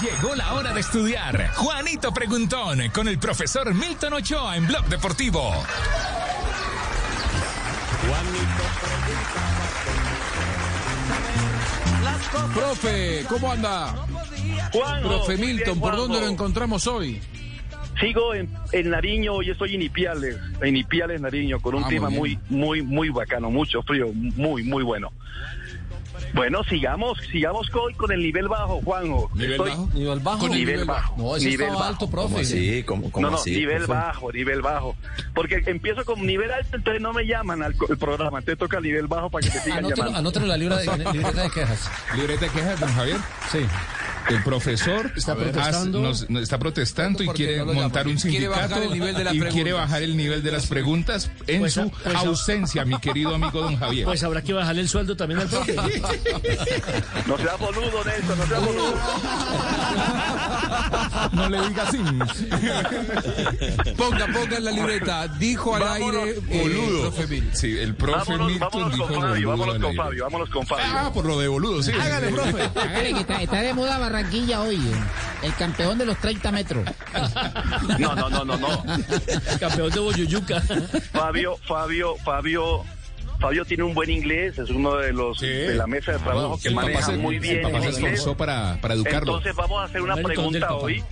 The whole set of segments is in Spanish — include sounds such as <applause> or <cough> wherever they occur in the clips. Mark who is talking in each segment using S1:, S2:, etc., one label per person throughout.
S1: Llegó la hora de estudiar. Juanito Preguntón con el profesor Milton Ochoa en Blog Deportivo.
S2: Profe, ¿cómo anda?
S3: Juan,
S2: Profe Milton, ¿por dónde lo encontramos hoy?
S3: Sigo en, en Nariño, hoy estoy en Ipiales, en Ipiales, Nariño, con un
S2: Ah, muy
S3: clima
S2: bien.
S3: muy, muy, muy bacano, mucho frío, muy, muy bueno. Bueno, sigamos, sigamos con, con el nivel bajo, Juanjo.
S2: ¿Nivel
S3: Estoy-
S2: bajo?
S4: Nivel bajo.
S3: Con nivel bajo.
S4: No, eso
S3: Nivel
S4: estaba
S3: bajo.
S5: ¿Cómo
S4: alto, profe.
S5: así? ¿Cómo, cómo
S3: no, no,
S5: así?
S3: nivel
S5: profe?
S3: bajo, nivel bajo. Porque empiezo con nivel alto, entonces no me llaman al co- el programa, te toca nivel bajo para que
S2: Ah,
S3: te sigan
S4: Anótelo,
S3: llamando.
S4: anótelo en la libra de, en la libreta de quejas.
S3: <laughs>
S2: Libreta de quejas, don Javier.
S4: Sí.
S2: El profesor
S4: Está
S2: a ver,
S4: protestando.
S2: has- nos- nos está protestando y
S4: Porque
S2: quiere
S4: no lo
S2: montar un
S4: llaman. Quiere
S2: sindicato
S4: bajar el nivel de las
S2: y quiere
S4: preguntas.
S2: bajar el nivel de las preguntas en
S6: Pues a-
S2: su
S6: pues a-
S2: ausencia, mi querido amigo don Javier.
S6: Pues habrá que bajarle el sueldo también al profe.
S3: No seas boludo, Nelson, no seas boludo.
S2: no le digas
S4: <laughs>
S2: así.
S4: Ponga, ponga en la libreta. Dijo al
S3: Vámonos,
S4: aire, eh,
S2: Boludo.
S4: profe Milton.
S2: Sí, el profe
S3: Vámonos,
S2: Milton
S3: vámonos
S2: dijo
S3: con Fabio,
S2: boludo
S3: vámonos
S2: al
S3: con
S2: aire.
S3: Fabio, vámonos con Fabio.
S2: Ah, por lo de boludo, sí.
S7: Hágale, profe.
S8: Hágale, que está, está de moda Barranquilla hoy. eh. El campeón de los 30 metros.
S3: No, no, no, no, no.
S6: Campeón de Boyuyuca.
S3: Fabio, Fabio, Fabio, Fabio tiene un buen inglés, es uno de los
S2: Sí.
S3: de la mesa de trabajo que
S2: El papá
S3: maneja
S2: se-
S3: muy bien
S2: El papá
S3: el
S2: se
S3: inglés.
S2: esforzó para, para educarlo.
S3: Entonces vamos a hacer una
S6: Mérito del
S3: pregunta
S6: papá.
S3: hoy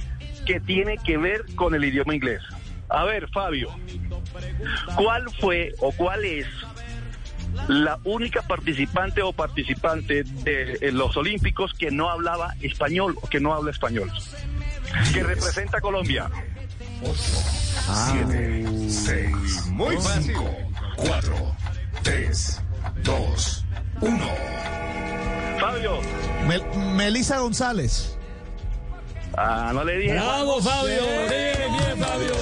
S3: que tiene que ver con el idioma inglés. A ver, Fabio, ¿cuál fue o cuál es la única participante o participante de eh, los Olímpicos que no hablaba español o que no habla español? Que representa a Colombia.
S2: Muy fácil.
S1: 4, 3, 2, 1.
S3: Fabio,
S7: Mel- Melissa González.
S3: ah, no le dije.
S6: ¡Bravo, Fabio! ¡Bien, bien, Fabio!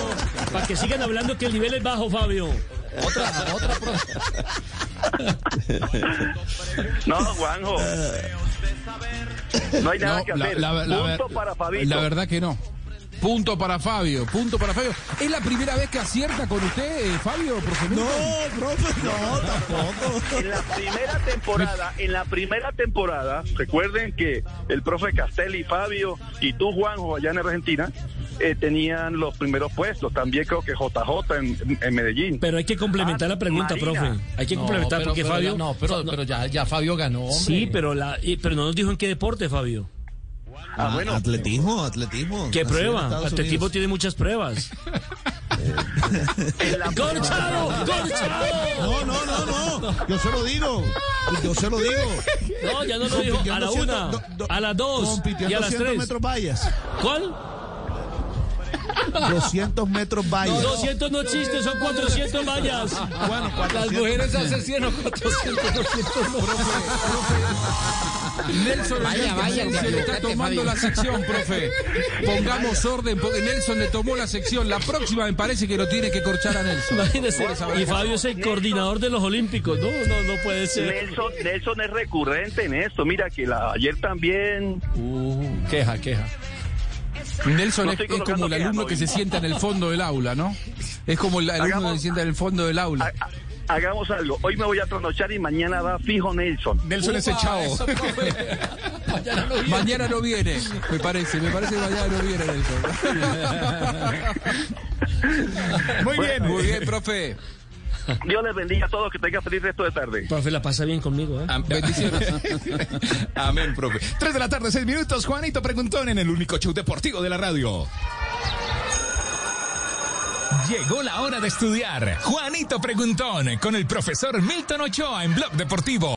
S6: Para que sigan hablando que el nivel es bajo, Fabio.
S4: Otra, otra, profe.
S3: No,
S2: <laughs>
S3: Juanjo. No hay nada
S2: Eh. No,
S3: que
S2: la-
S3: hacer.
S2: la- la ver-
S3: Punto para Fabito.
S2: la verdad que no.
S4: Punto para Fabio, punto para Fabio. ¿Es la primera vez que acierta con usted, eh, Fabio, profe
S7: No,
S4: Milton?
S7: profe, no, tampoco.
S3: En la primera temporada, en la primera temporada, recuerden que el profe Castelli, Fabio y tú, Juanjo, allá en Argentina, eh, tenían los primeros puestos. También creo que JJ en, en Medellín.
S6: Pero hay que complementar
S3: Ah,
S6: la pregunta,
S3: Marina.
S6: profe. Hay que
S4: No,
S6: complementar
S4: pero-
S6: porque
S4: pero
S6: Fabio.
S4: ya- no, pero, pero ya, ya Fabio ganó, hombre.
S6: Sí, pero, la, y- pero no nos dijo en qué deporte, Fabio.
S3: Ah, bueno.
S7: Atletismo, atletismo. Nacido
S6: ¿Qué
S7: en
S6: prueba?
S7: Estados
S6: Este tipo
S7: Unidos.
S6: tiene
S7: <laughs>
S6: muchas pruebas. <laughs>
S3: En la-
S6: ¡Corchado!
S7: No,
S6: ¡Corchado!
S7: no, no, no. Yo se lo digo. Yo se lo digo.
S6: No, ya <laughs> no lo dijo. A la
S7: Compitiendo
S6: una,
S7: ciento- do- do-
S6: a las dos
S7: compitiendo
S6: y a las
S7: 100
S6: tres.
S7: metros vallas.
S6: ¿Cuál?
S7: 200 metros vallas.
S6: 200 no chistes, son 400 vallas.
S7: Bueno,
S4: Las
S7: 400.
S4: mujeres hacen 100 o 400, 200 Nelson,
S8: Vaya,
S4: Nelson,
S8: vaya, te
S4: se le está
S8: equivocaste, Fabio.
S4: tomando la sección, profe. Pongamos orden, porque Nelson le tomó la sección. La próxima me parece que lo tiene que corchar a Nelson.
S6: Imagínese. Y Fabio es el coordinador de los Olímpicos. No, no, no puede ser.
S3: Nelson, Nelson es recurrente en esto. Mira que la, ayer también
S4: Queja, queja. Nelson
S3: No
S4: es,
S3: estoy
S4: es como el
S3: colocando
S4: alumno
S3: quejas
S4: que
S3: hoy.
S4: se sienta en el fondo del aula, ¿no? Es como el alumno
S3: Hagamos-
S4: que se sienta en el fondo del aula.
S3: ha- ha- hagamos algo. Hoy me voy a trasnochar y mañana va fijo Nelson.
S2: Nelson es echado.
S4: Mañana no viene, me parece, me parece que mañana no viene Nelson.
S2: Muy bien.
S4: Muy bien, profe.
S3: Dios les bendiga a todos, que tengan feliz resto de tarde.
S6: Profe, la pasa bien conmigo, ¿eh?
S2: Am- Bendiciones. <laughs> Amén, profe. Tres de la tarde, seis minutos. Juanito Preguntón en el único show deportivo de la radio.
S1: Llegó la hora de estudiar. Juanito Preguntón con el profesor Milton Ochoa en Blog Deportivo.